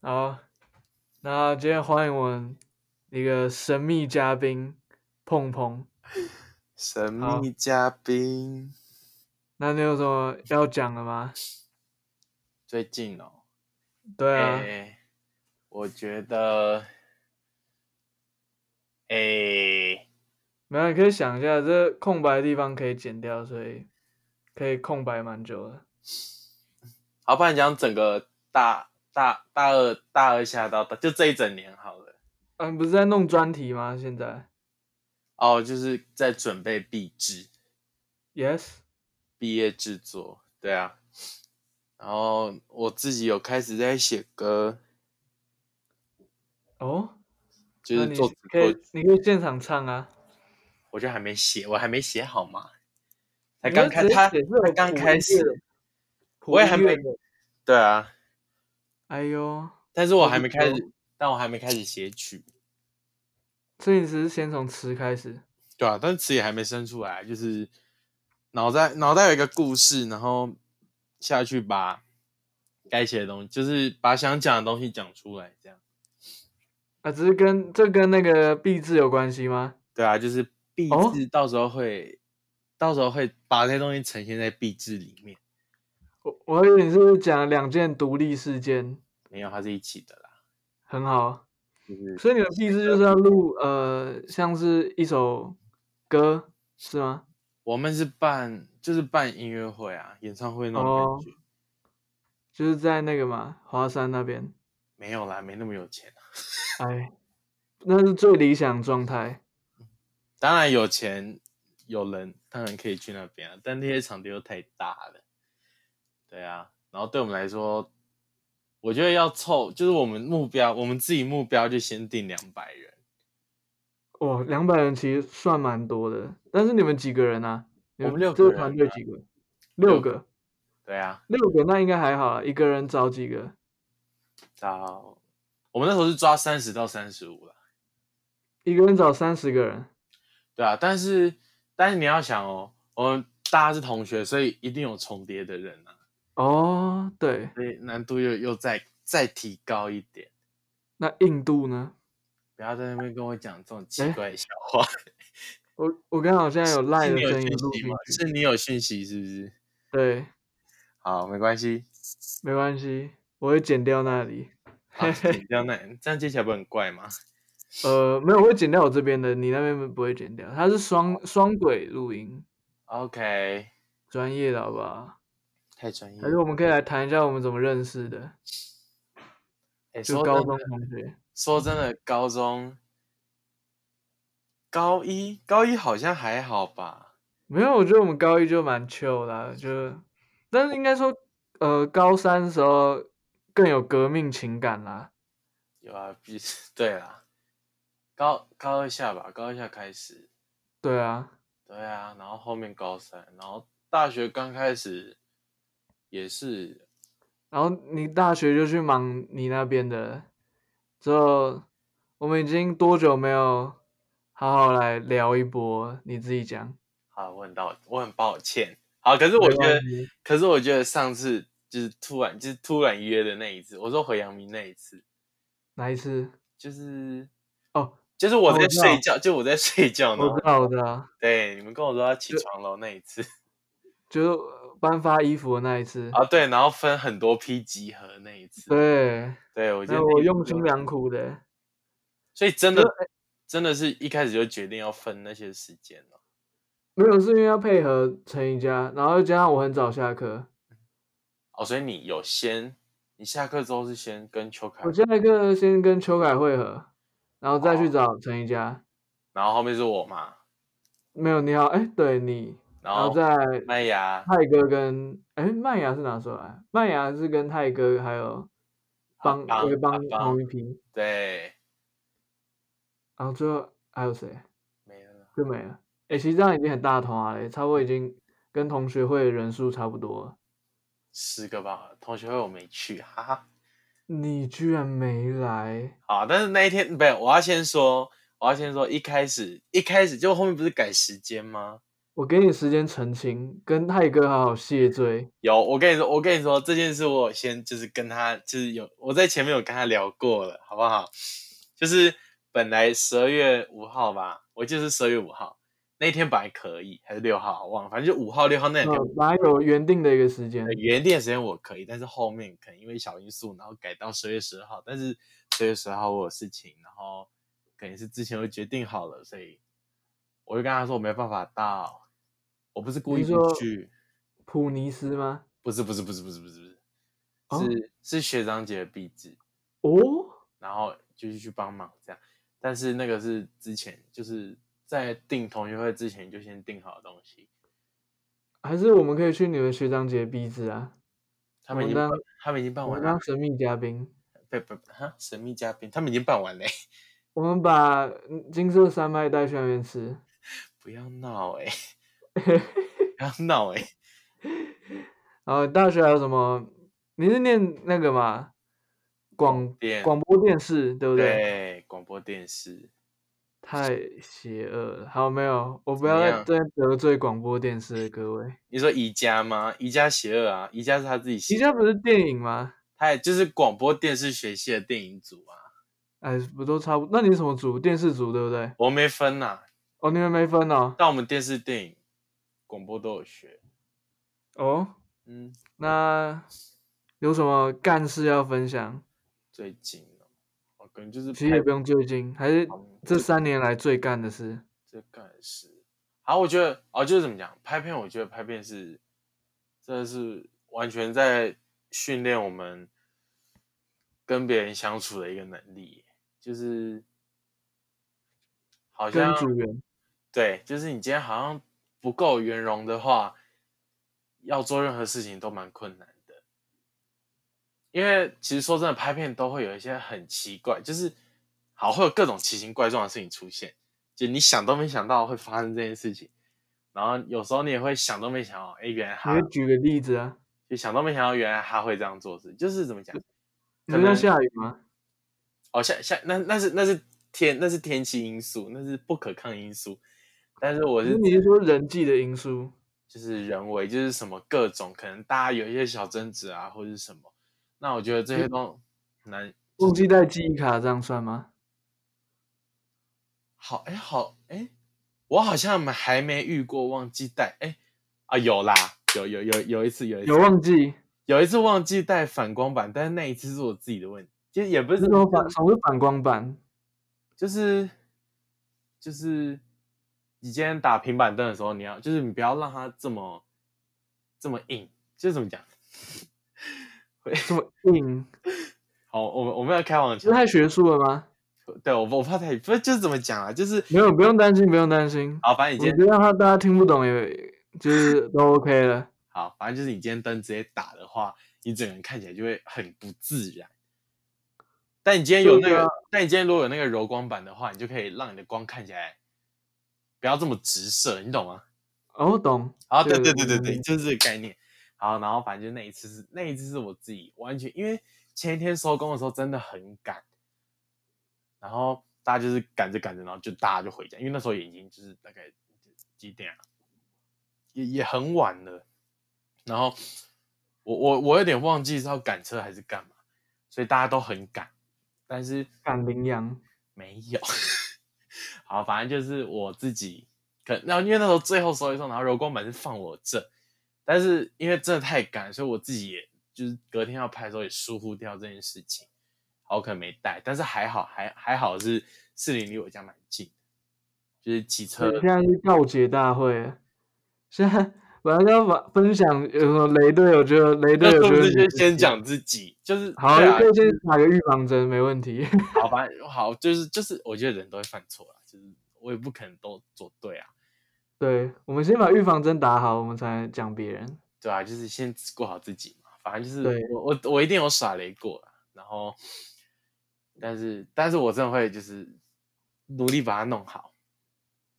好，那今天欢迎我们一个神秘嘉宾碰碰。神好秘嘉宾，那你有什么要讲的吗？最近哦，对啊，诶我觉得，诶、没有，你可以想一下，这空白的地方可以剪掉，所以可以空白蛮久的。好，不然讲整个大大大二大二下到大，就这一整年好了。嗯、你不是在弄专题吗？现在哦，就是在准备毕制、 ，yes，毕业制作，对啊。然后我自己有开始在写歌，哦，就那是你作词可以作，你可以现场唱啊。我就还没写，我还没写好嘛。才你就刚开，直接他写这种他刚古开音始乐的，我也还古音乐没的。对啊。哎呦，但是我我还不没开熟始，但我还没开始写曲，所以你只是先从词开始。对啊，但是词也还没生出来，就是脑袋脑袋有一个故事，然后下去把该写的东西，就是把想讲的东西讲出来，这样，啊，只是跟这跟那个币制有关系吗？对啊，就是壁哦纸到时候会，到时候会把这些东西呈现在壁纸里面，我我以为你是不是讲两件独立事件没有，它是一起的啦，很好，就是所以你的币制就是要录呃，像是一首歌是吗？我们是办就是办音乐会啊，演唱会那种哦感觉，就是在那个嘛华山那边，没有啦，没那么有钱啊，哎，那是最理想状态。当然有钱有人，当然可以去那边啊，但那些场地又太大了。对啊，然后对我们来说，我觉得要凑，就是我们目标，我们自己目标就先定两百人，哇，哦两百人其实算蛮多的，但是你们几个人啊？你我们六这个个团人队啊几个？六六个个，对啊，六个那应该还好啊，一个人找几个？到我们那时候是抓三十到三十五了，一个人找三十个人，对啊，但是但是你要想哦，我们大家是同学，所以一定有重叠的人啊，哦，对，所以难度又又再再提高一点，那硬度呢？不要在那边跟我讲这种哎奇怪的笑话。我我刚好现在有赖是的你有声讯音有录息进吗？去，是你有讯息是不是？对，好，没关系，没关系，我会剪掉那里。 好，剪掉那这样接起来不会很怪吗？呃，没有，我会剪掉我这边的，你那边不会剪掉。它是哦双双轨录音， OK，专业的好不好？太专业还是我了。们可以来谈一下我们怎么认识的，哎、就说高真中的，同学。说真的，高中高一高一好像还好吧？没有，我觉得我们高一就蛮 chill 的啊、就但是应该说，呃，高三的时候更有革命情感啦。有啊，比 对啦，高高二下吧，高二下开始，对啊，对啊，然后后面高三，然后大学刚开始也是然后你大学就去忙你那边的，之后我们已经多久没有好好来聊一波？你自己讲。好，我很道，我很抱歉。好，可是我没觉关得系，可是我觉得上次就是突然就是突然约的那一次，我说回阳明那一次，哪一次？就是哦，就是我哦我在知道睡觉，就我在睡觉呢我。知道，我知啊道，对，你们跟我说要起床楼那一次就是颁发衣服的那一次。啊，对，然后分很多批集合那一次。对，对，我记得那那我一次用心就良苦的。所以真就的真的是一开始就决定要分那些时间了。没有，是因为要配合陈怡家，然后又加上我很早下课，哦，所以你有先，你下课之后是先跟邱凯我，下课先跟邱凯会合，然后再哦去找陈怡家。然后后面是我嘛，没有你好，哎，对你，然然后后再麦芽，泰哥跟哎麦芽是哪时候来？麦芽是跟泰哥还有帮阿邦威阿帮邦同一批，对，然后最后还有谁没了啦。就没了。哎，其实这样已经很大团了，哎差不多已经跟同学会的人数差不多了。十个吧，同学会我没去，哈哈。你居然没来，好，但是那一天不是，我要先说，我要先说，一开始一开始就后面不是改时间吗？我给你时间澄清，跟泰哥好好谢罪。有，我跟你说，我跟你说这件事，我先就是跟他就是有我在前面有跟他聊过了，好不好？就是本来十二月五号吧，我记得是十二月五号那天本来可以，还是六号，我忘了，反正就五号六号那两天呃，本来有原定的一个时间呃，原定的时间我可以，但是后面可能因为小因素，然后改到十月十号。但是十月十号我有事情，然后可能是之前就决定好了，所以我就跟他说我没办法到，我不是故意你是不说去，普尼斯吗？不是不是不是不是不是不是，哦是是学长姐的壁纸，哦，然后就是去帮忙这样。但是那个是之前就是在订同学会之前就先订好的东西，还是我们可以去你们学长姐的鼻子啊，他们已经我们办当他们已经办我完们了当，神秘嘉宾，不不不哈神秘嘉宾，他们已经办完了。我们把嗯金色山脉带去那边吃。不要闹哎、不 要闹哎、然后大学还有什么？你是念那个嘛？广电广播电视对不对？对广播电视，太邪恶了。好，没有，我不么要再样再得罪广播电视的各位。你说宜家吗？宜家邪恶啊，宜家是他自己写，宜家不是电影吗？他也就是广播电视学系的电影组啊，哎，不都差不多？那你是什么组？电视组对不对？我没分呐、哦，你们没分哦。但我们电视、电影、广播都有学，哦，嗯，那有什么干事要分享？最近哦，我可能就是其实也不用最近，还是嗯这三年来最干的事。这个是，好，我觉得哦，就是怎么讲，拍片，我觉得拍片是，真的是完全在训练我们跟别人相处的一个能力，就是好跟像组员对，就是你今天好像不够圆融的话，要做任何事情都蛮困难的。因为其实说真的，拍片都会有一些很奇怪，就是好会有各种奇形怪状的事情出现，就你想都没想到会发生这件事情。然后有时候你也会想都没想到，哎，原来你他可以举个例子啊？就想都没想到，原来他会这样做事，就是怎么讲？你可们在能下雨吗？哦，下下那那是那是天那是天气因素，那是不可抗因素。但是我可是是你是说人际的因素？就是人为，就是什么各种可能大家有一些小争执啊，或者是什么。那我觉得这些都很难忘记带记忆卡这样算吗？好哎、好哎、我好像没还没遇过忘记带哎、啊有啦有有有有一次有一次有忘记？有一次忘记带反光板，但是那一次是我自己的问题，其实也不是这说种反什么是反光板？就是就是你今天打平板凳的时候，你要就是你不要让它这么这么硬，就是怎么讲？什么硬？好，我们我们要开黄这腔。太学术了吗？对，我我怕太不是就是怎么讲啊，就是没有，不用担心，不用担心。好，反正我你今觉天得让他大家听不懂也就是都 OK 了。好，反正就是你今天灯直接打的话，你整个人看起来就会很不自然。但你今天有那对个，啊但你今天如果有那个柔光板的话，你就可以让你的光看起来不要这么直射，你懂吗？哦，我懂。啊，对对对对对对对，对就是这个概念。好，然后反正就那一次是那一次是我自己完全，因为前一天收工的时候真的很赶，然后大家就是赶着赶着，然后就大家就回家，因为那时候也已经就是大概几点啊，也也很晚了。然后我我我有点忘记是要赶车还是干嘛，所以大家都很赶，但是赶羚 羊，没有。好，反正就是我自己，可然后因为那时候最后收一收，然后柔光板是放我这，但是因为真的太赶，所以我自己也就是隔天要拍的时候也疏忽掉这件事情。好，我可能没带，但是还好，还还好是四零离我家蛮近，就是骑车对现在是告解大会了。现在本来要把分享有什么雷队友，觉得雷队 那友是觉不得是你就先。讲自己？就是好，对啊可以先打个预防针，没问题。好吧，好，就是就是，我觉得人都会犯错啦，就是我也不可能都做对啊，对，我们先把预防针打好，我们才能讲别人。对啊，就是先过好自己嘛，反正就是对我我我一定有耍雷过啦，然后，但是但是我真的会就是努力把它弄好，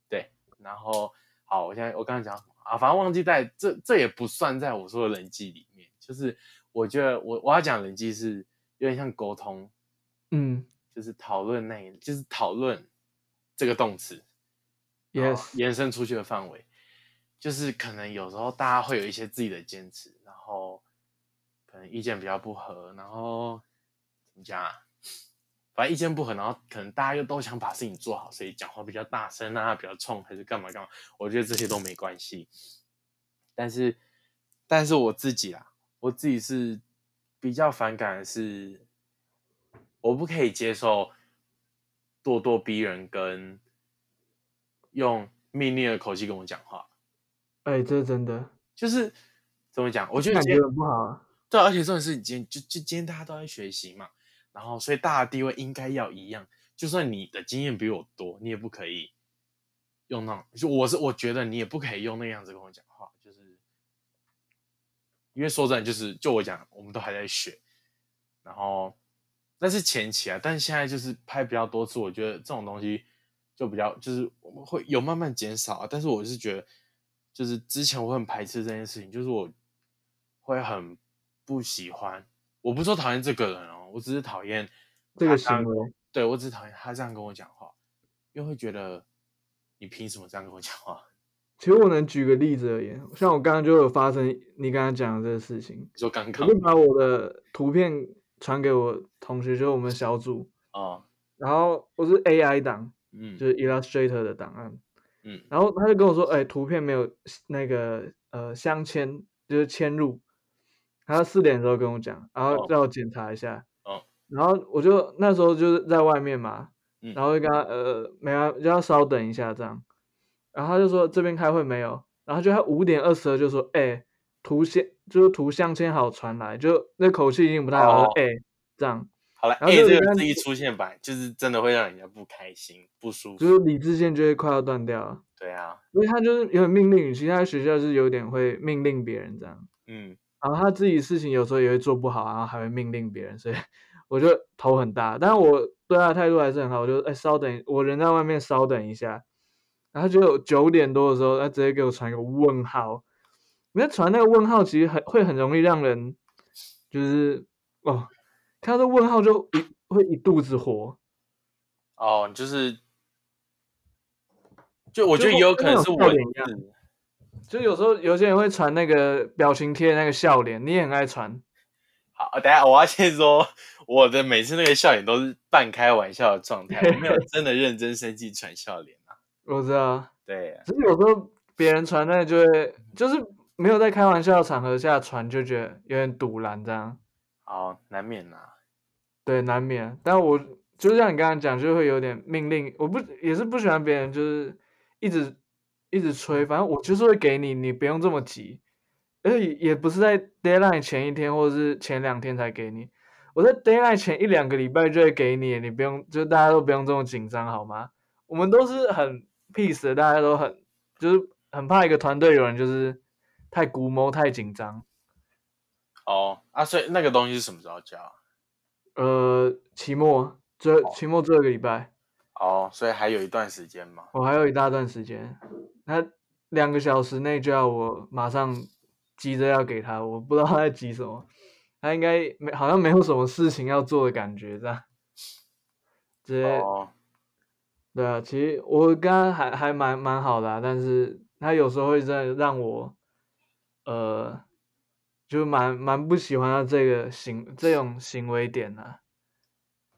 对，然后好，我现在我刚才讲什么啊，反正忘记带，这这也不算在我说的人际里面，就是我觉得我我要讲人际是有点像沟通，嗯就是讨论那一，就是讨论这个动词，然后，yes，延伸出去的范围。就是可能有时候大家会有一些自己的坚持，然后可能意见比较不合，然后怎么讲啊？反正意见不合，然后可能大家又都想把事情做好，所以讲话比较大声啊，比较冲，还是干嘛干嘛？我觉得这些都没关系。但是，但是我自己啊啦，我自己是比较反感的是，我不可以接受咄咄逼人跟用命令的口气跟我讲话。哎、这是真的，就是怎么讲？我觉得感今觉天很不好啊。对啊，而且重点是你今天就就今天大家都在学习嘛，然后所以大家地位应该要一样。就算你的经验比我多，你也不可以用那种。就我是我觉得你也不可以用那样子跟我讲话，就是因为说真的，就是就我讲，我们都还在学，然后那是前期啊，但是现在就是拍比较多次，我觉得这种东西就比较就是我们会有慢慢减少啊，但是我是觉得就是之前我很排斥这件事情，就是我会很不喜欢，我不是说讨厌这个人哦，我只是讨厌这个他样行为对我只是讨厌他这样跟我讲话，因为会觉得你凭什么这样跟我讲话？ 其实我能举个例子而言，像我刚刚就有发生你刚刚讲的这个事情，你说刚我刚就把我的图片传给我同学，就是我们小组，哦，然后我是 AI 档，就嗯是 Illustrator 的档案，嗯然后他就跟我说，哎、图片没有那个呃镶嵌，就是嵌入。他四点的时候跟我讲，然哦后让我检查一下。哦然后我就那时候就是在外面嘛，嗯然后就跟他呃，没啊，就要稍等一下这样。然后他就说这边开会没有，然后就他五点二十就说，哎、图像就是图像签好传来，就那口气已经不太好了哦，哎、这样好了，然后哎、就这有个人字一出现吧，就是真的会让人家不开心、不舒就服。是理智线就会快要断掉了。对啊，因为他就是有点命令语气，他在学校是有点会命令别人这样。嗯，然后他自己事情有时候也会做不好，然后还会命令别人，所以我就头很大。但我对他的态度还是很好，我就哎稍等，我人在外面稍等一下。然后结果九点多的时候，他直接给我传一个问号。你在传那个问号，其实很会很容易让人就是哦，看到这问号就一会一肚子火。哦，就是，就我觉就得也有可能跟是那种笑文脸一样字，就有时候有些人会传那个表情贴那个笑脸，你也很爱传。好，等一下我要先说，我的每次那个笑脸都是半开玩笑的状态，我没有 真的认真生气传笑脸啊。我知道，对啊，只是有时候别人传那个就会，就是没有在开玩笑的场合下传，就觉得有点堵然这样，好，难免啦。对，难免。但我就像你刚刚讲，就会有点命令，我不也是不喜欢别人就是一直一直催，反正我就是会给你，你不用这么急，而且也不是在 deadline 前一天或者是前两天才给你。我在 deadline 前一两个礼拜就会给你，你不用，就大家都不用这么紧张好吗？我们都是很 peace 的，大家都很就是很怕一个团队有人就是太估摸、太紧张。哦，啊，所以那个东西是什么时候教啊？呃，期末最期末最后一个礼拜，哦，所以还有一段时间嘛。我还有一大段时间，他两个小时内就要我马上急着要给他，我不知道他在急什么，他应该没好像没有什么事情要做的感觉这样。直接哦，对啊，其实我跟他还还蛮蛮好的、啊，但是他有时候会在让我，呃，就蛮蛮不喜欢他这个行这种行为点的、啊，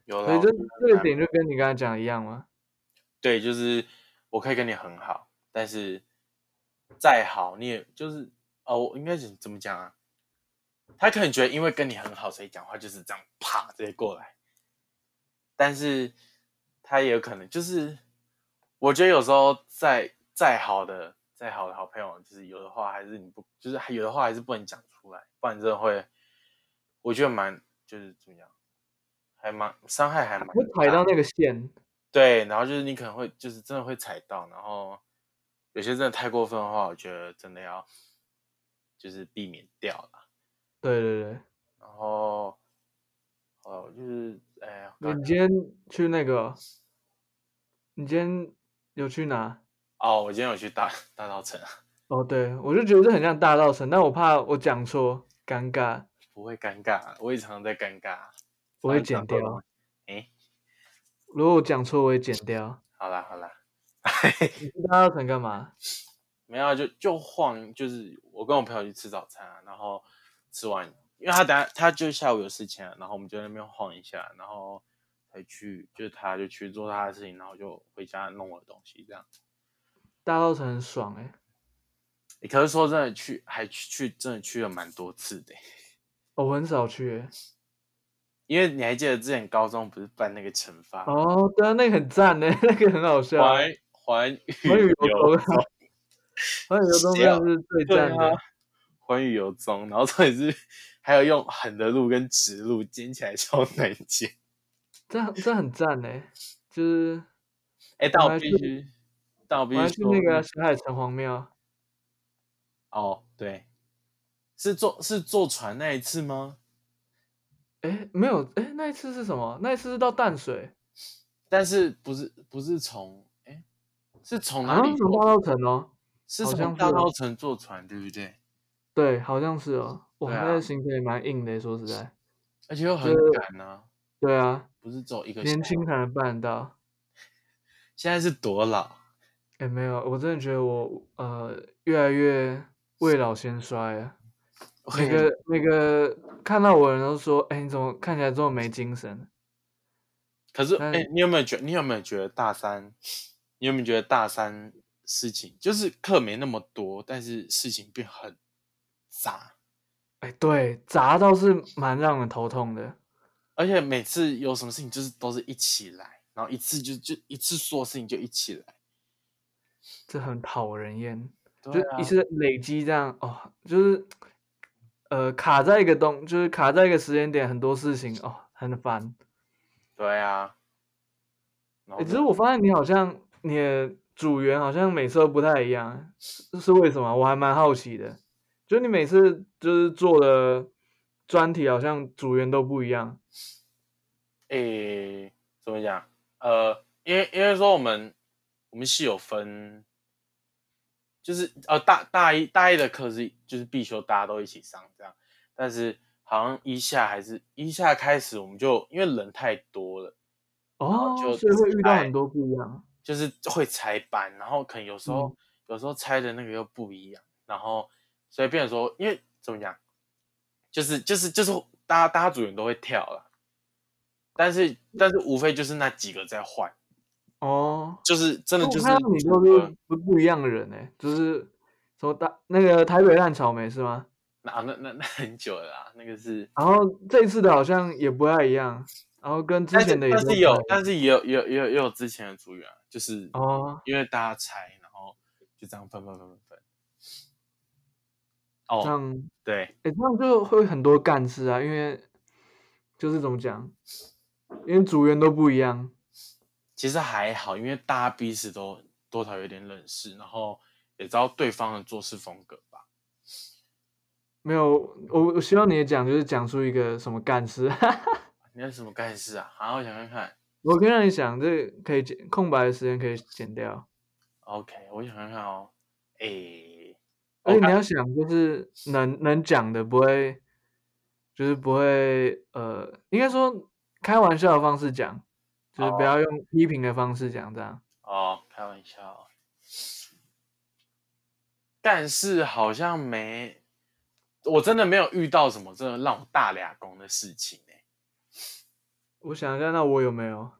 有所以了就，这个蛮点就跟你刚才讲的一样嘛。对，就是我可以跟你很好，但是再好你也就是哦，我应该怎怎么讲啊？他可能觉得因为跟你很好，所以讲话就是这样啪直接过来，但是他也有可能就是，我觉得有时候再再好的再好的好朋友，就是有的话还是你不就是还有的话还是不能讲出来，不然真的会，我觉得蛮就是怎么讲，还蛮伤害还蛮会大踩的到那个线，对，然后就是你可能会就是真的会踩到，然后有些真的太过分的话，我觉得真的要就是避免掉啦。对对对。然后哦，就是哎呀，我刚你今天去那个，你今天有去哪？哦，我今天有去大大稻城啊，哦，对，我就觉得这很像大稻城，但我怕我讲错，尴尬，不会尴尬，我也常常在尴尬，我会常剪常都掉。啊诶如果我讲错，我会剪掉。好啦好啦，你去大稻城干嘛？没有啊就就晃，就是我跟我朋友去吃早餐啊、然后吃完，因为他等下他就下午有事情、啊，然后我们就在那边晃一下，然后才去，就是他就去做他的事情，然后我就回家弄我的东西这样。大稻城很爽哎、欸可是说真的去，还去去真的去了蛮多次的欸、我很少去、欸。因为你还记得之前高中不是办那个惩罚哦，啊对啊，那个很赞呢、那个很好笑。环环环宇宇游游走环宇游中谁啊真的是最对赞的，啊，环宇游踪，然后重点是还有用狠的路跟直路捡起来超难捡。这很这很赞呢、就是哎、但我我还必去须，但我必我还须去说那个霞海城隍庙，哦，对，是坐是坐船那一次吗？哎，没有，哎，那一次是什么？那一次是到淡水，但是不是不是从哎、是从好哪像里是从坐？大稻城哦。是好像从是大哦稻城坐船，对不对？对，好像是哦。哇，对啊那个行程也蛮硬的，欸说实在。而且又很就是赶啊，对啊，不是走一个年下轻午才能办得到。现在是多老？哎，没有，我真的觉得我呃越来越未老先衰了。每我也 个每个看到我的人都说：“哎，你怎么看起来这么没精神可是，但哎、你有没有觉你有没有觉得大三？你有没有觉得大三事情就是课没那么多，但是事情变很杂，？”哎，对，砸倒是蛮让人头痛的。而且每次有什么事情就是都是一起来，然后一次就就一次所有事情就一起来。这很讨人厌，就对啊一，次累积这样哦，就是呃卡在一个东，就是卡在一个时间点，很多事情哦很烦。对啊。然后诶就只是我发现你好像你的组员好像每次都不太一样，是是为什么？我还蛮好奇的，就你每次就是做的专题好像组员都不一样。诶、怎么讲？呃，因为因为说我们我们系有分，就是呃大大一大一的课是就是必修，大家都一起上这样，但是好像一下还是一下开始我们就因为人太多了，哦，就所以会遇到哎很多不一样。就是会拆班，然后可能有时嗯候、有时候拆的那个又不一样，然后所以变成说，因为怎么讲，就是就是就是大家大家组员都会跳啦，但是但是无非就是那几个在换，哦，就是真的我就是看到你组都合是不不一样的人哎、就是什么大那个台北烂草莓是吗？那啊那那那很久了啦，那个是然后这一次的好像也不太一样，然后跟之但是前的也但不是太有一样但是也有也有也有也有之前的组员啊，就是哦，因为大家拆，然后就这样分分分分分。哦，这样对，哎、这样就会很多干事啊，因为就是怎么讲，因为组员都不一样，其实还好，因为大家彼此都多少有点认识，然后也知道对方的做事风格吧。没有我我希望你的讲就是讲出一个什么干事， 你有什么干事啊？好，我想看看。我可以让你想，这个可以剪空白的时间可以剪掉， OK，我想看看哦。诶，而我且你看要想就是能能讲的不会，就是不会呃，应该说开玩笑的方式讲，就是不哦要用批评的方式讲这样。哦，开玩笑哦。但是好像没，我真的没有遇到什么真的让我大俩工的事情欸诶。我想一下，那我有没有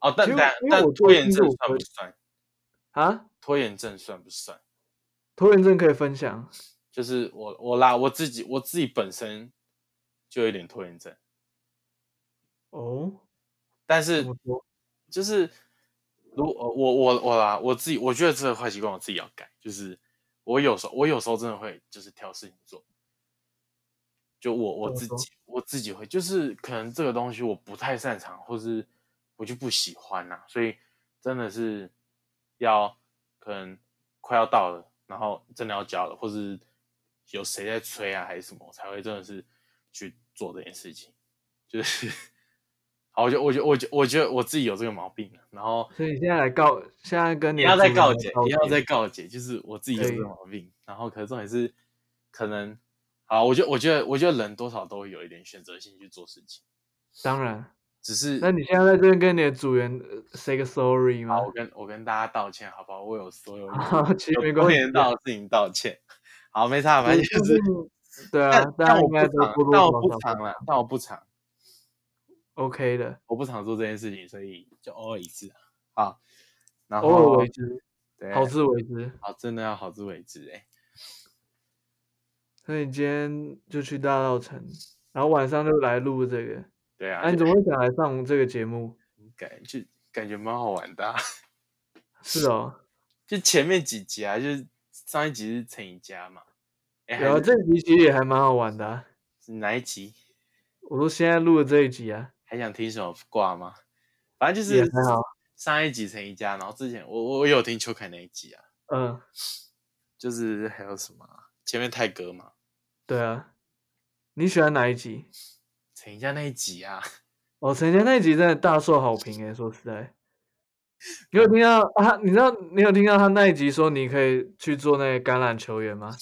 哦，但其实但因为但我拖做延星症座算我不算？啊？拖延症算不算？拖延症可以分享就是我我啦，我自己我自己本身就有点拖延症，哦。但怎是么说？就是如我我我我啦，我自己我觉得这个坏习惯我自己要改，就是我有时候我有时候真的会就是挑事情做，就我我怎么自说己我自己会，就是可能这个东西我不太擅长，或是我就不喜欢呐、所以真的是要可能快要到了，然后真的要交了，或是有谁在催啊还是什么，我才会真的是去做这件事情，就是好，我觉得我觉得我觉得我觉得我自己有这个毛病啊，然后所以你现在来告，现在跟不你要的再主告管解，告不要再告解，就是我自己有这对个毛病。然后，可是重点是，可能好，我觉得，我觉得，我觉得人多少都会有一点选择性去做事情。当然，只是那你现在在这边跟你的组员呃 say 个 sorry 吗好，？我跟我跟大家道歉，好不好？为我所 有其实没有关关系联到的事情道歉。好，没差，反正啊就。就是是 对啊但，大但家我应不该都常多，多但少我不少常了，但我不常， OK 的，我不常做这件事情，所以就偶尔一次啊。好然偶尔后为之，对，好自为之。好，哦真的要好自为之哎、所以你今天就去大稻城，然后晚上就来录这个。对啊，哎、你就怎么会想来上这个节目？ 感就感觉蛮好玩的啊、 是哦，就前面几集啊，就是上一集是陈以佳嘛，哎、然后还啊这集其实也还蛮好玩的、啊。是哪一集？我说现在录的这一集啊，还想听什么挂吗？反正就也是还好上一集陈一家，然后之前我我我有听邱凯那一集啊，嗯，就是还有什么啊前面泰哥嘛，对啊。你喜欢哪一集？陈一家那一集啊， 哦，陈年那一集真的大受好评哎、说实在。你有听到啊？你知道你有听到他那一集说你可以去做那个橄榄球员吗？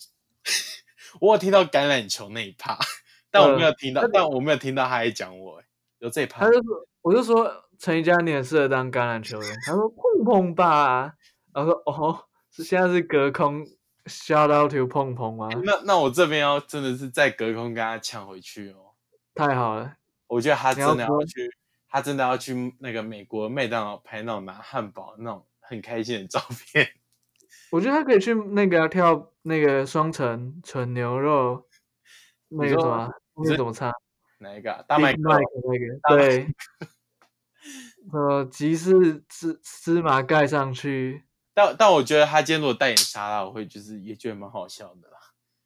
我有听到橄榄球那一趴， 但我没有听嗯到，那你但我没有听到他在讲我、欸，有这一趴他，就说，我就说陈怡佳你很适合当橄榄球员。他说碰碰吧，然后说哦，是现在是隔空 shout out to 碰碰吗？那那我这边要真的是在隔空跟他抢回去哦，太好了，我觉得他你真要的要说去，他真的要去那个美国麦当劳拍那种拿汉堡那种很开心的照片，我觉得他可以去那个啊跳那个双层纯牛肉，那个说什么啊，你那个说怎么唱？哪一个、啊？大麦 Big 克 Mac 哦。那个对， 呃，集市芝芝麻盖上去，但但我觉得他今天如果代言沙拉，我会就是也觉得蛮好笑的啦。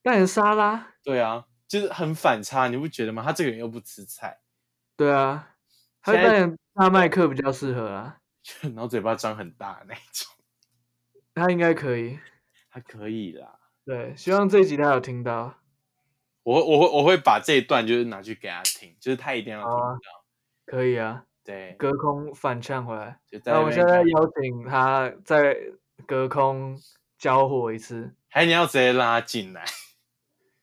盖成沙拉，对啊，就是很反差，你不觉得吗？他这个人又不吃菜，对啊，他现在带大麦克比较适合啊，然后嘴巴张很大的那一种，他应该可以。他可以啦。对，希望这一集他有听到。我会我会我会把这一段就是拿去给他听，就是他一定要听好啊到。可以啊，对，隔空反呛回来。就在那我们那边现在看。邀请他再隔空交火一次。还你要直接拉进来，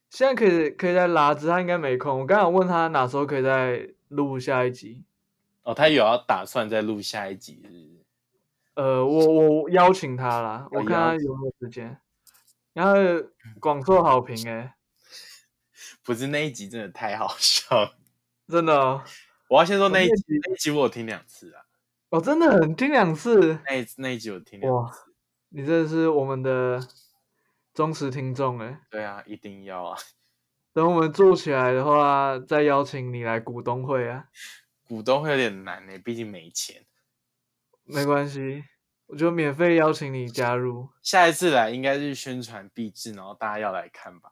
现在可以可以再拉，只是他应该没空。我刚才有问他哪时候可以再录下一集。哦，他有要打算再录下一集是不是呃，我我邀请他啦，哦我看他邀请嗯有没有时间。然后广受好评诶、不是那一集真的太好 笑了。真的哦，我要先说我那一那集，那一集我有听两次啊，哦真的很听两次，那一那一集我听两哇，你真的是我们的忠实听众诶、对啊，一定要啊。等我们做起来的话，再邀请你来股东会啊，股东会有点难呢、毕竟没钱。没关系，我就免费邀请你加入，下一次来应该是宣传壁纸，然后大家要来看吧。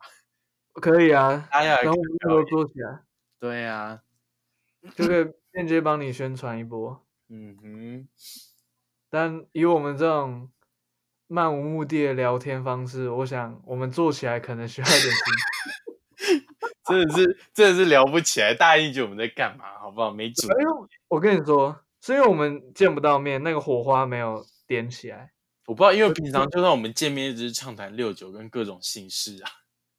可以啊。大家要来等看我们表都演。做起来，对啊，就可以间接帮你宣传一波。嗯哼，但以我们这种漫无目的的聊天方式，我想我们做起来可能需要一点时间 真的是真的是聊不起来，大家一定觉得我们在干嘛，好不好？没主因为我跟你说，是因为我们见不到面，那个火花没有点起来。我不知道，因为平常就算我们见面，一直畅谈六九跟各种姓氏啊。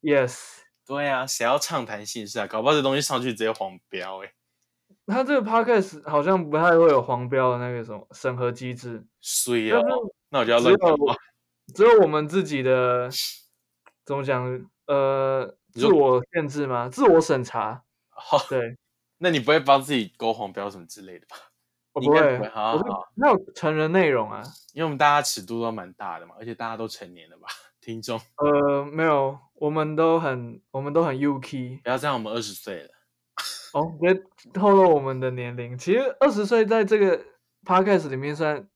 Yes，对啊，谁要畅谈姓氏啊？搞不好这东西上去直接黄标哎、他这个 podcast 好像不太会有黄标的那个什么审核机制。水但哦是，那我就要只乱讲有话。只有我们自己的怎么讲？呃，你自说我限制吗？自我审查？好，对，那你不会帮自己勾黄标什么之类的吧？我你不应该会，不会啊好好我是好那有成人内容啊？因为我们大家尺度都蛮大的嘛，而且大家都成年了吧？听众呃，没有，我们都很，我们都很 UK 不要这样，我们二十岁了。哦，别透露我们的年龄。其实二十岁在这个 podcast 里面算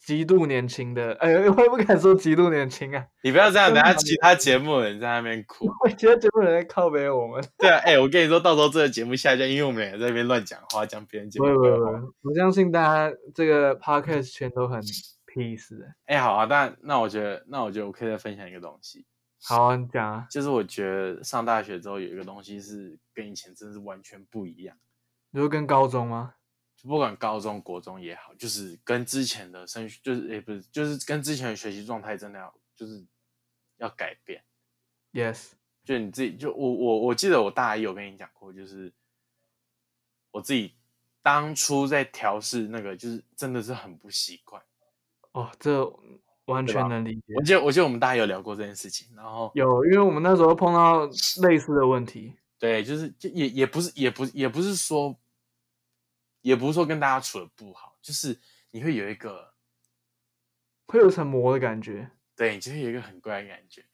极度年轻的，哎， 我也不敢说极度年轻啊，你不要这样，真等下的其他节目的人在那边哭。我觉得全部人在靠北我们。对啊，哎、我跟你说到时候这个节目下架，因为我们两个在那边乱讲话，讲别人节不目会的不坏会话。不会，我相信大家这 个 podcast 圈都 很 peace 的。哎、好啊，但那我觉得，那我觉得我可以再分享一个东西，好啊，你讲啊，就是我觉得上大学之后有一个东西是跟以前真的是完全不一样，你说跟高中吗？就不管高中、国中也好，就是跟之前的升学，就是也、不是，就是跟之前的学习状态真的要就是要改变。 Yes，就你自己，就我我我记得我大一有跟你讲过，就是我自己当初在调试那个，就是真的是很不习惯。哦，这完对全吧能理解我。记得，我记得我们大家有聊过这件事情，然后有，因为我们那时候碰到类似的问题，对，就是就也也不是也不也不是说，也不是说跟大家处的不好，就是你会有一个会有层膜的感觉。对，你就会有一个很怪的感觉。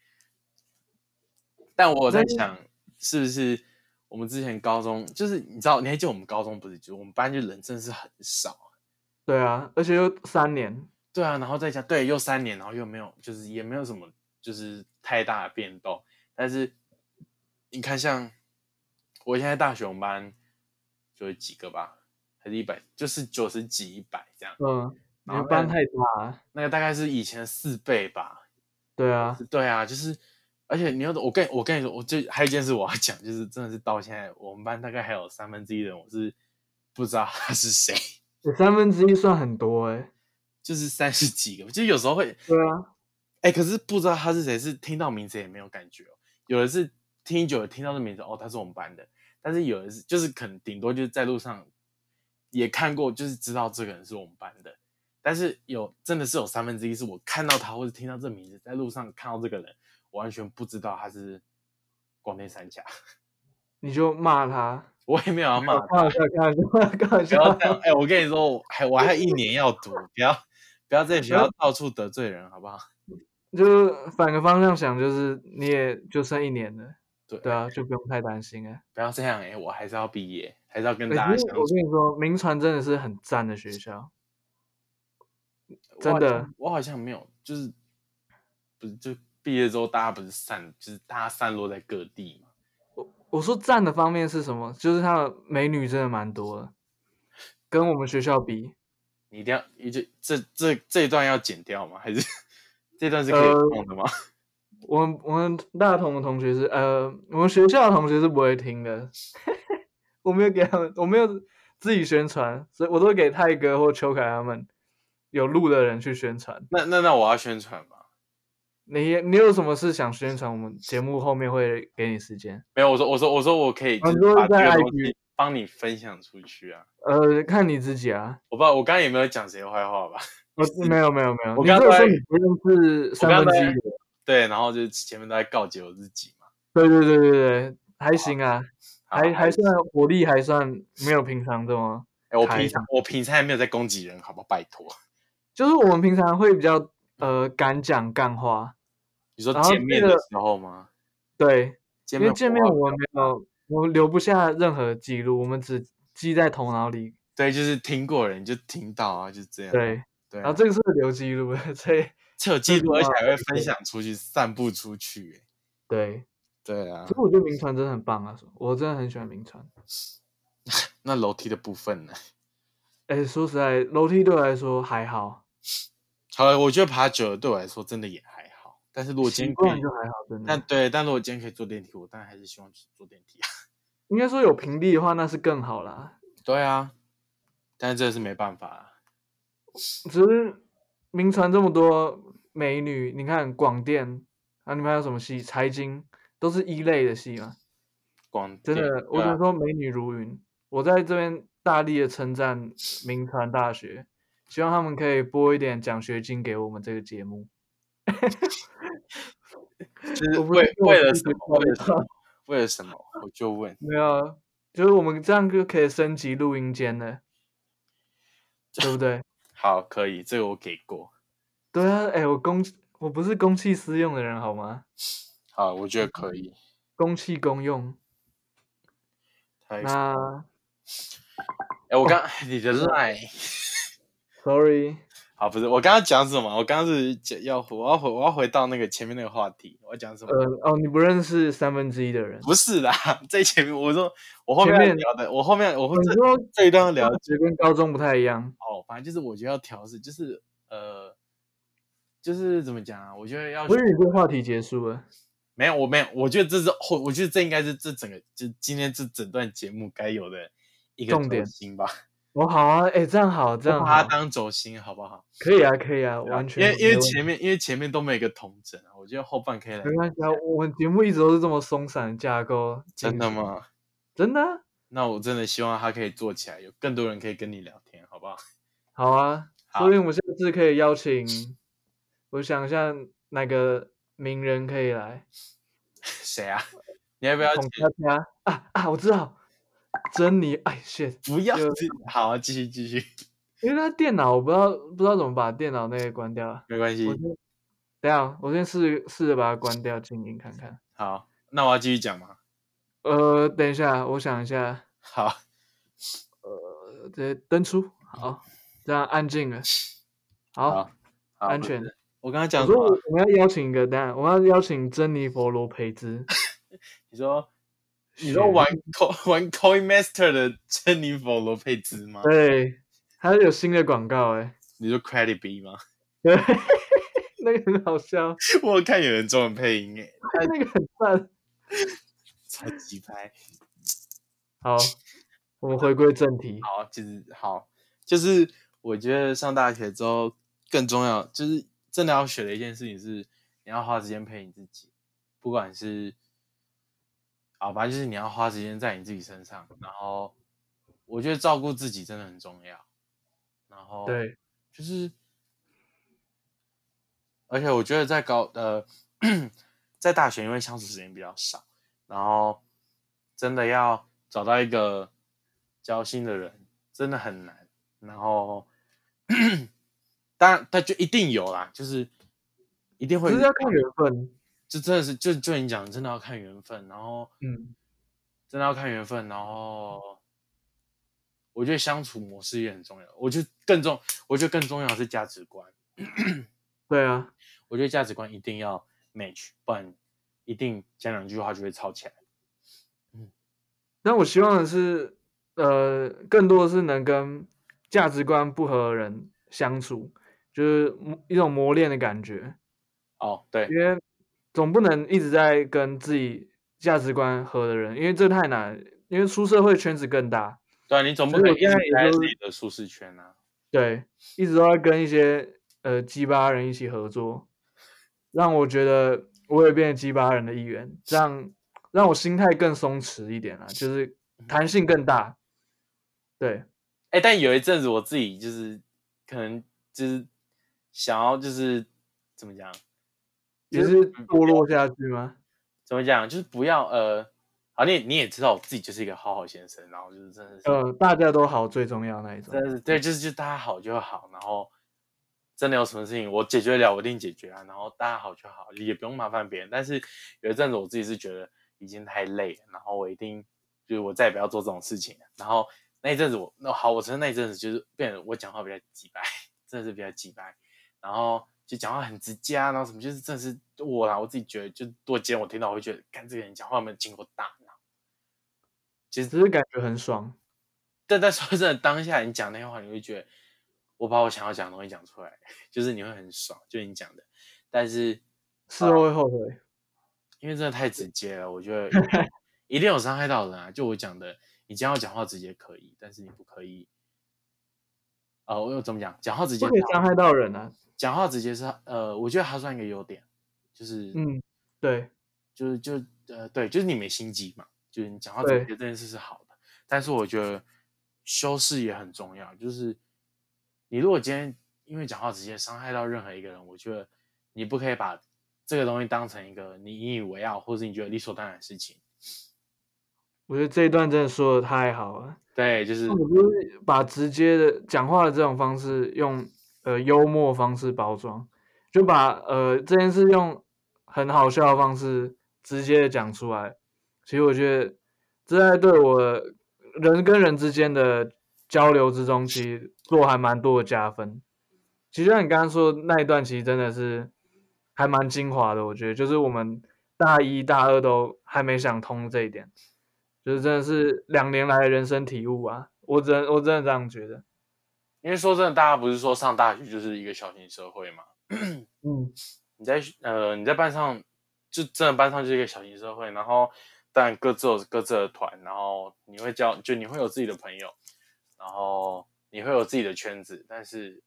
但我在那你想，是不是我们之前高中，就是你知道，你还记得我们高中不是，就我们班就人真的是很少，对啊，而且又三年，对啊，然后再加对，又三年，然后又没有，就是也没有什么，就是太大的变动。但是你看像，我现在大学我们班就是几个吧，还是一百，就是九十几、一百这样。嗯，你然后们班那太大了。那个大概是以前的四倍吧。对啊，对啊，就是，而且你要我跟我跟你说，我就还有一件事我要讲，就是真的是到现在，我们班大概还有三分之一的人我是不知道他是谁，欸三分之一算很多哎、就是三十几个，就有时候会对啊，哎、可是不知道他是谁，是听到名字也没有感觉哦。有的是听久了听到这名字，哦，他是我们班的。但是有的是就是可能顶多就是在路上也看过，就是知道这个人是我们班的。但是有真的是有三分之一是我看到他或者听到这名字，在路上看到这个人，我完全不知道他是光天三峡。你就骂他， 我也没有 要骂开玩笑，开玩笑，开玩不要笑这。样。哎、我跟你说，我还我还有一年要读，不要不要在学校到处得罪人，好不好？就是反个方向想，就是你也就剩一年了，对对啊，就不用太担心哎、不要这样，哎、我还是要毕业，还是要跟欸大其家实相我处。跟你说，名传真的是很赞的学校，我真好的像，我好像没有，就是不是就毕业之后，大家不是散，就是大家散落在各地嘛。我我说赞的方面是什么？就是它的美女真的蛮多的，跟我们学校比，你一定要，你就这这这一段要剪掉吗？还是这段是可以呃放的吗？ 我们我们大同的同学是呃，我们学校的同学是不会听的， 我没有给他们，我没有自己宣传，所以我都给泰哥或邱凯他们有录的人去宣传。那那那我要宣传吗？你你有什么事想宣传？我们节目后面会给你时间。没有，我说我说我说我可以，啊就你是说把在这个 IG 东西帮你分享出去啊。呃，看你自己啊。我不知道我刚刚有没有讲谁的坏话吧？ 我哦没有没有没有，我你刚只有才说你不认识我刚三分之才一的。对，然后就是前面都在告诫我自己嘛。对对对对对，还行啊，好还还哎、算火力还算没有平常这么。我开平一下常我平常也没有在攻击人，好不好？拜托，就是我们平常会比较呃敢讲干话，你说然后见面这的个时候吗？对，见因面啊为见面我我们没有，我们留不下任何记录，我们只记在头脑里。对，就是听过人就听到啊，就这样。对，对然后啊，这个是会留记录的， 所以这有记录，而且话还会分享出去、散布出去、欸。对，对啊其，实我觉得名传真的很棒啊，我真的很喜欢名传。那楼梯的部分呢？ 哎，说实在，楼梯对我来说还好，好了，我觉得爬久了对我来说真的也还好，但是如果今习天可惯以就，还好，真但的。对，但如果今天可以坐电梯，我当然还是希望去坐电梯啊。 应该说有平地的话，那是更好啦。对啊，但是这是没办法、啊。只是名传这么多美女，你看广电啊，你们还有什么戏？财经都是一类的戏嘛。光真电的，对我只啊能说美女如云。我在这边大力的称赞名传大学，希望他们可以拨一点奖学金给我们这个节目。就是我不是为说为我了自什己么？为了知什么？为了什么？我就问， 没有啊，就是我们这样就可以升级录音间了，对不对？ 好，可以，这个我给过。对啊，哎、我公我不是公器私用的人好吗？好，我觉得可以。嗯公器公用。太那哎、我刚、 你的 line。 sorry，好，不是我刚刚讲什么？我刚刚是讲要回，我要回，我要回到那个前面那个话题。我要讲什么？呃，哦，你不认识三分之一的人，不是啦， 在前面我说我后面前要面呃聊的，我后面我会你这说这一段要聊大学跟高中不太一样。哦，反正就是我觉得要调试，就是呃，就是怎么讲啊？我觉得要我以为你这个话题结束了。没有，我没有，我觉得这是后，我觉得这应该是这整个就今天这整段节目该有的一个重轴点心吧，我、好啊，哎、这样好，这我样把它好，当轴心好不好？可以啊，可以啊，对啊完因全为因为没问题呃前面因为前面都没有一个统整啊，我觉得后半可以来没关系啊，我们节目一直都是这么松散的架构，真的？吗？真的啊、那我真的希望它可以做起来，有更多人可以跟你聊天，好不好？好啊，好说不定我下次可以邀请，我想一下哪个名人可以来。谁啊？你要不要孔佳佳啊啊，我知道，珍妮，哎 shit，不要就自？好、啊，继续继续，因为他电脑我不知道不知道怎么把电脑那个关掉啊。没关系我。先等一下，我先试试着把它关掉静音看看。好，那我要继续讲吗？呃，等一下，我想一下，好，呃，直接登出，好，这样安静了，好，好好安全。我刚刚我讲什说我么？我们要邀请一个，等一下我们要邀请珍妮佛罗培兹。你说 你说玩 Co 玩 Coin Master 的珍妮佛罗佩兹吗？对，还有新的广告哎、你说 Credit B 吗？ 对， 那个很好笑，我有看有人中文配音诶，那个很赞。超级拍。好，我们回归正题。好，就是好，就是我觉得上大学之后更重要，就是真的要学的一件事情是，你要花时间陪你自己，不管是，好吧，就是你要花时间在你自己身上，然后我觉得照顾自己真的很重要，然后对，就是，而且我觉得在高呃， 在大学因为相处时间比较少，然后真的要找到一个交心的人真的很难。然后，当然他就一定有啦，就是一定会只遇是到，要看缘分。就真的是就就你讲，真的要看缘分，然后嗯，真的要看缘分，然后我觉得相处模式也很重要，我觉得更重，我觉得更重要的是价值观。对啊，我觉得价值观一定要 match，不然一定讲两句话就会吵起来。但我希望的是，呃，更多的是能跟价值观不合的人相处，就是磨一种磨练的感觉。哦，对因为总不能一直在跟自己价值观合的人，因为这太难。因为出社会圈子更大，对啊，你总不所以可我能一现直在也待在就自是己的舒适圈啊。对，一直都在跟一些呃鸡巴人一起合作，让我觉得我也变成鸡巴人的一员，这样让我心态更松弛一点啦，啊就是嗯弹性更大。对，哎、但有一阵子我自己就是可能就是想要就是怎么讲，也就是堕落下去吗？怎么讲，就是不要呃，啊，你也你也知道我自己就是一个好好先生，然后就是真的是、呃，大家都好最重要那一种真。的是对，就是就大家好就好，然后真的有什么事情我解决得了，我一定解决啊，然后大家好就好，也不用麻烦别人。但是有一阵子我自己是觉得已经太累了，然后我一定就是我再也不要做这种事情了。然后那一阵子我那好，我承认那一阵子就是变得我讲话比较直白，真的是比较直白，然后就讲话很直接啊，然后什么就是真的是我啦，我自己觉得就是多今天我听到我会觉得，看这个人讲话有没有经过大脑。就是只是感觉很爽，但但说真的，当下你讲那些话，你会觉得我把我想要讲的东西讲出来， 就是你会很爽，就你讲的。但是事后会后悔。因为真的太直接了，我觉得一定一定有伤害到人啊。就我讲的，你今天要讲话直接可以，但是你不可以。呃，我又怎么讲？讲话直接不可以伤害到人啊。讲话直接是呃，我觉得它算一个优点，就是嗯，对，就是就呃，对，就是你没心机嘛，就是你讲话对直接这件事是好的，但是我觉得修饰也很重要，就是你如果今天因为讲话直接伤害到任何一个人，我觉得你不可以把这个东西当成一个你引以为傲，或是你觉得理所当然的事情。我觉得这一段真的说的太好了。对，就是那我就是把直接的讲话的这种方式用呃幽默方式包装，就把呃这件事用很好笑的方式直接的讲出来。其实我觉得这在对我人跟人之间的交流之中，其实做还蛮多的加分。其实像你刚刚说的那一段，其实真的是还蛮精华的。我觉得就是我们大一、大二都还没想通这一点，就是真的是两年来的人生体悟啊！我真我真的这样觉得。因为说真的，大家不是说上大学就是一个小型社会嘛，嗯，你在学呃你在班上就真的班上就是一个小型社会，然后但各自有各自的团，然后你会交就你会有自己的朋友，然后你会有自己的圈子，但是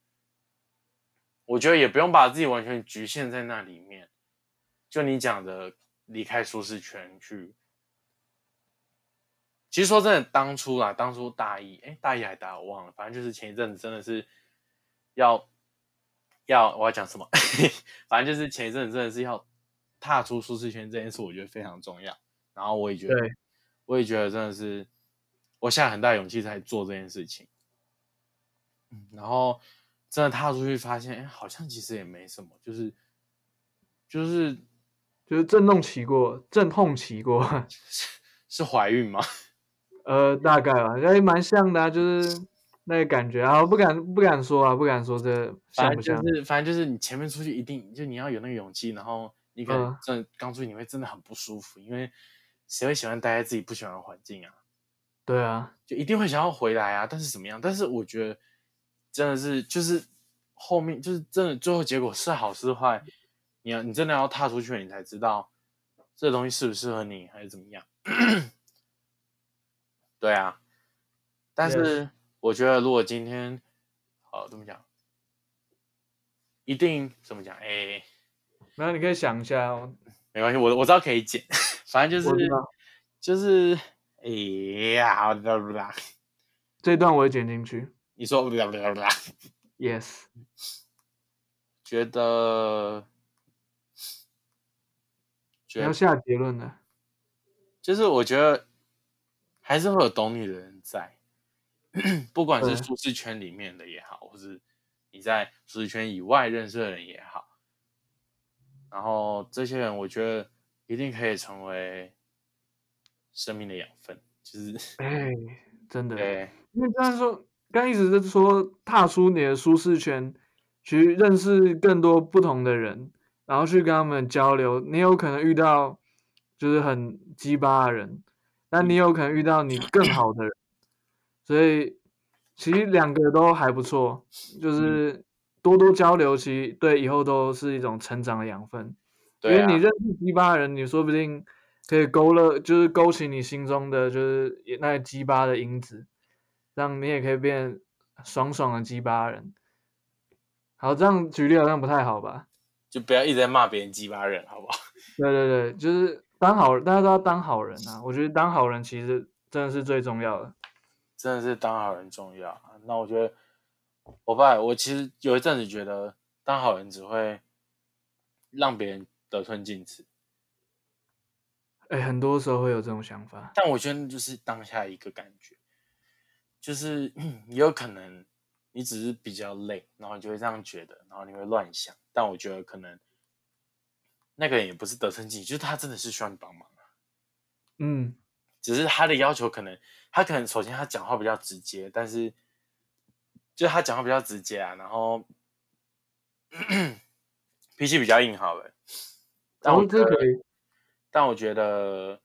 我觉得也不用把自己完全局限在那里面，就你讲的离开舒适圈去其实说真的，当初啦，当初大一，哎，大一还大二我忘了，反正就是前一阵子真的是要要我要讲什么， 反正就是前一阵子真的是要踏出舒适圈这件事，我觉得非常重要。然后我也觉得对，我也觉得真的是，我下很大勇气才做这件事情。嗯，然后真的踏出去，发现哎，好像其实也没什么，就是就是就是阵痛期过，阵痛期过， 是怀孕吗？ 呃，大概吧，也蛮像的、啊，就是那个感觉啊，不敢不敢说啊，不敢说这像反不正像，就是反正就是你前面出去一定就你要有那个勇气，然后你可能嗯真的刚出去你会真的很不舒服，因为谁会喜欢待在自己不喜欢的环境啊？对啊，就一定会想要回来啊，但是怎么样？但是我觉得真的是就是后面就是真的最后结果是好是坏，嗯你要你真的要踏出去了，你才知道这东西适不适合你还是怎么样。对啊，但 Yes 是我觉得如果今天好怎么讲，一定怎么讲？哎、然后你可以想一下、哦，没关系，我我知道可以剪，反正就我知是道就是哎呀，不啦不啦，这段我会剪进去你说不啦不啦不啦。 ，yes，觉得，你觉要下结论了，就是我觉得还是会有懂你的人在， 不管是对舒适圈里面的也好，或是你在舒适圈以外认识的人也好，然后这些人我觉得一定可以成为生命的养分，就是哎，真的，对因为刚才说，刚一直在说踏出你的舒适圈，去认识更多不同的人，然后去跟他们交流。你有可能遇到就是很鸡巴的人，但嗯你有可能遇到你更好的人，所以其实两个都还不错，嗯就是多多交流，其实对以后都是一种成长的养分。因对为啊你，认识鸡巴的人，你说不定可以勾勒，就是勾起你心中的就是也那鸡巴的因子，让你也可以变爽爽的鸡巴人。好，这样举例好像不太好吧？就不要一直在骂别人鸡巴人，好不好？对对对，就是当好人，大家都要当好人啊！我觉得当好人其实真的是最重要的。真的是当好人重要啊。那我觉得，我爸，我其实有一阵子觉得当好人只会让别人得寸进尺，哎，很多时候会有这种想法。但我觉得那就是当下一个感觉，就是 嗯也有可能你只是比较累，然后你就会这样觉得，然后你会乱想。但我觉得可能那个人也不是得寸进尺，就是他真的是需要你帮忙。嗯，只是他的要求可能，他可能首先他讲话比较直接，但是就是他讲话比较直接啊，然后 脾气比较硬好了。但然后我觉哦这得，可以，但我觉得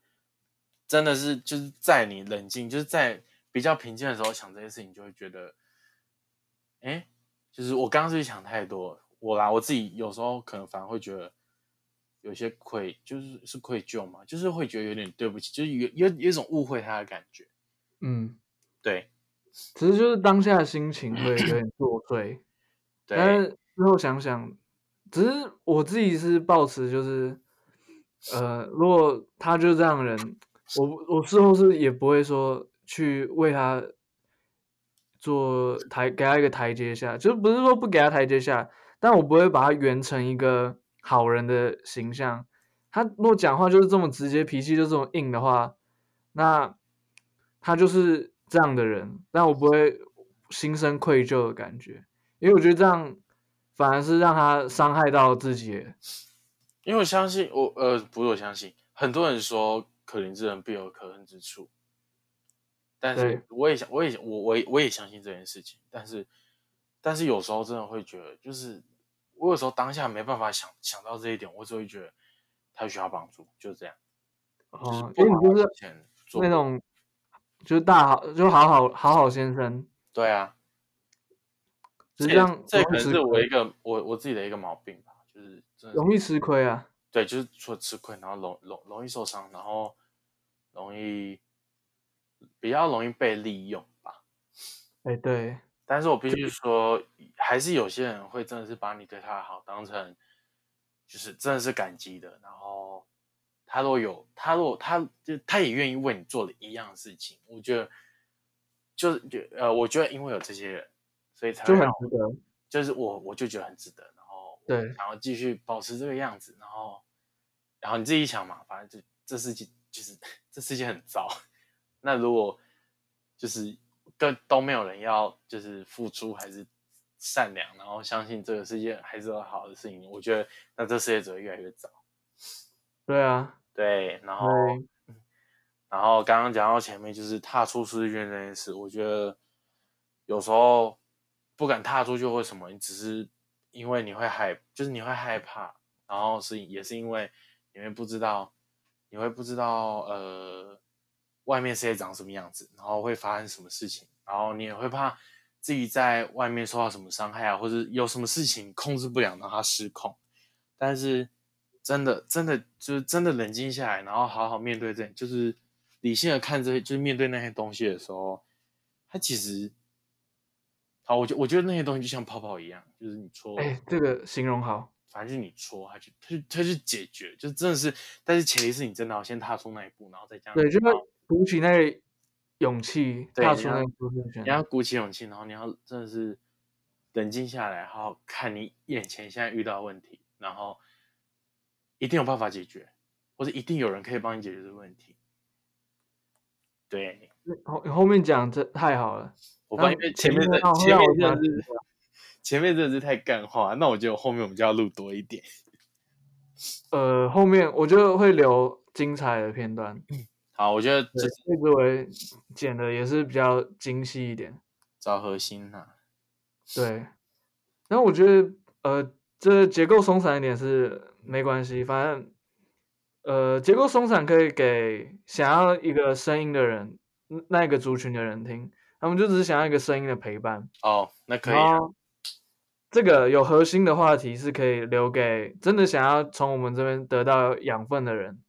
真的是就是在你冷静，就是在比较平静的时候想这些事情，就会觉得，哎、就是我刚刚是不是想太多了？我啦，我自己有时候可能反而会觉得有些愧，就是是愧疚嘛，就是会觉得有点对不起，就是有有有一种误会他的感觉。嗯，对只是就是当下的心情会有点作祟。对，但是之后想想，只是我自己是抱持就是，呃，如果他就这样的人，我不我事后是也不会说去为他做台给他一个台阶下，就是不是说不给他台阶下，但我不会把他圆成一个好人的形象。他如果讲话就是这么直接，脾气就这么硬的话，那他就是这样的人，但我不会心生愧疚的感觉。因为我觉得这样反而是让他伤害到自己。因为我相信我呃，不是我相信，很多人说可怜之人必有可恨之处，但是对我也想，我也我我也我也相信这件事情，但是但是有时候真的会觉得，就是我有时候当下没办法想想到这一点，我只会觉得他需要帮助，就这样。就是哦，因不为你管不他是之前做那过种就是大好就好好好好先生，对啊，就是这这样这容可易能吃是我亏一个我我自己的一个毛病吧，就是真的是容易吃亏啊。对，就是除了吃亏，然后容容容易受伤，然后容易比较容易被利用吧。哎，对，但是我必须说，还是有些人会真的是把你对他的好当成，就是真的是感激的，然后他若有他若他就他也愿意为你做的一样的事情，我觉得就是就呃，我觉得因为有这些人，所以才会就很让值得。就是我我就觉得很值得，然后我对想要继续保持这个样子，然后然后你自己想嘛，反正这这世界就是 这世界很糟， 那如果就是跟都没有人要就是付出还是善良，然后相信这个世界还是有好的事情，我觉得那这世界只会越来越糟。对啊，对，然后对然后刚刚讲到前面就是踏出舒适圈这件事，我觉得有时候不敢踏出去为什么？你只是因为你会害，就是你会害怕，然后是也是因为你会不知道，你会不知道呃外面世界长什么样子，然后会发生什么事情，然后你也会怕自己在外面受到什么伤害啊，或者有什么事情控制不了，让它失控。但是真的真的就是真的冷静下来，然后好好面对这，就是理性的看这些，就是面对那些东西的时候，它其实。好，我觉我觉得那些东西就像泡泡一样，就是你戳，哎，这个形容好。反正就是你戳，他去，他去，他去解决，就真的是，但是前提是你真的要先踏出那一步，然后再这样，对，就是鼓起那个勇气，嗯对踏你出要那个舒适圈你。要鼓起勇气，然后你要真的是冷静下来，好好看你眼前现在遇到的问题，然后一定有办法解决，或者一定有人可以帮你解决这个问题。对，后后面讲这太好了，我然发后现前前面面的让前让面我真想的是前面真的是太干话，那我觉得后面我们就要录多一点。呃，后面我觉得会留精彩的片段，好，我觉得对这是，这个为剪的也是比较精细一点，找核心啊呐、对。然后我觉得呃，这结构松散一点是没关系，反正呃，结构松散可以给想要一个声音的人，那一个族群的人听，他们就只是想要一个声音的陪伴，哦，那可以、啊然。后这个有核心的话题是可以留给真的想要从我们这边得到养分的人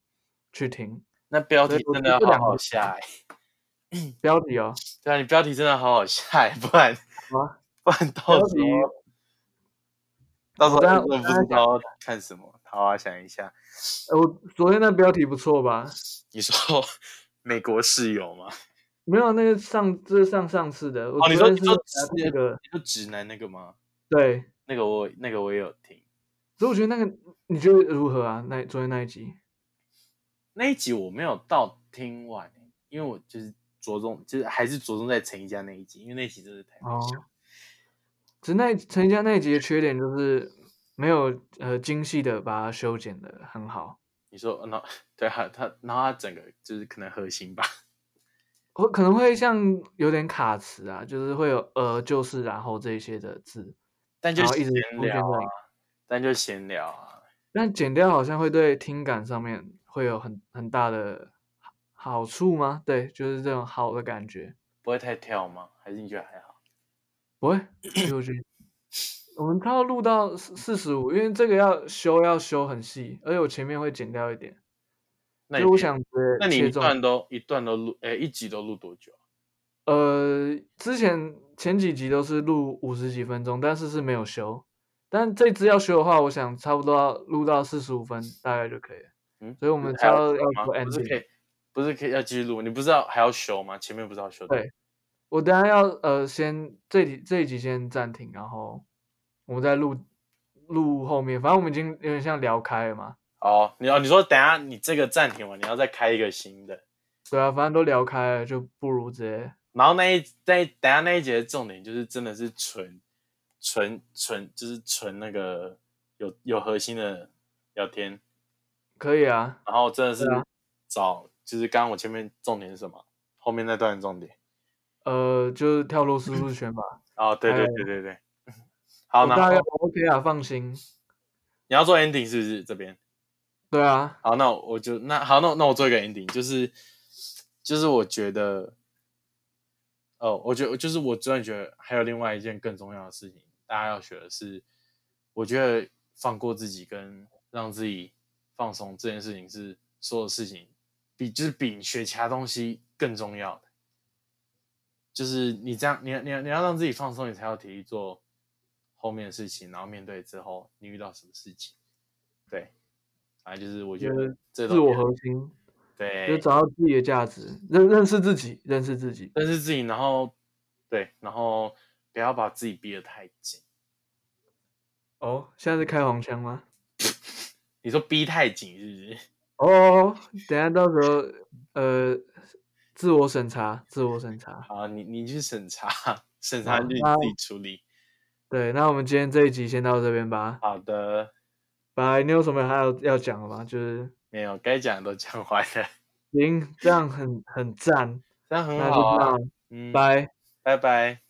去听。那标所题以我真觉得的要这好两好个下欸，标题哦，对啊，你标题真的好好下欸，不然啊，不然到标时题候到时我候刚真的我不刚才知道看什么。好啊，想一下，呃我昨天那标题不错吧？你说 美国室友吗？没有，那个上这是上上次的，我哦，你昨天说你是说拿直那个你说直男那个吗？对，那个我那个我也有听，所以我觉得那个你觉得如何啊？那昨天那一集，那一集我没有到听完欸，因为我就是着重就是还是着重在陈一家那一集，因为那一集真的太好哦笑。只是那陈一家那一集的缺点就是没有呃精细的把它修剪的很好，你说，呃那对啊，他然后他整个就是可能核心吧，会可能会像有点卡词啊，就是会有呃就是然后这一些的字，但就然后一直闲出现聊在啊，但就闲聊啊，但剪掉好像会对听感上面会有很很大的好好处吗？对，就是这种好的感觉，不会太跳吗？还是你觉得还好？不会 就是我们快要录到四四十五，因为这个要修要修很细，而且我前面会剪掉一点，那所以你我觉得想直那接你切一中。段都一段都录，哎、一集都录多久啊？呃，之前前几集都是录五十几分钟，但是是没有修。但这支要修的话，我想差不多要录到四十五分，大概就可以了。嗯，所以我不是们还稍要要修做吗不是可 ending。以，不是可以要继续录？你不是要还要修吗？前面不是要修的？对我等下要呃，先这集这一集先暂停，然后我们再录录后面。反正我们已经有点像聊开了嘛，哦，你哦，你说等一下你这个暂停完，你要再开一个新的，对啊，反正都聊开了，就不如直接然后那一那一等一下那一节的重点就是真的是纯纯纯就是纯那个有有核心的聊天，可以啊。然后真的是对啊找、就是刚刚我前面重点是什么，后面那段的重点。呃，就是跳入舒适圈吧。哦，对还对有对对 对，好，哎我然大概后 OK 啊，放心。你要做 ending 是不是这边？对啊，好，那我我就那好，那我那我做一个 ending，就是就是我觉得，哦，我觉得就是我真的觉得还有另外一件更重要的事情，大家要学的是，我觉得放过自己跟让自己放松这件事情是所有事情比就是比你学其他东西更重要的，就是你这样，你要你要你要让自己放松，你才有体力做后面的事情，然后面对之后你遇到什么事情，对。反正就是哎我觉觉得得这自我和核心，就对，找到自己的价值，认认识自己，认识自己。但是自己，然后对，然后不要把自己逼得太紧。哦，现在是开黄腔吗？你说逼太紧是不是？ 哦，等一下到时候呃，自我审查，自我审查。好，你你去审查，审查好就你那自己处理。对，那我们今天这一集先到这边吧。好的，拜，你有什么还有要讲的吗？就是没有该讲的都讲完了， 行，这样很很赞，这样很那好就这啊。样，嗯，拜。拜拜。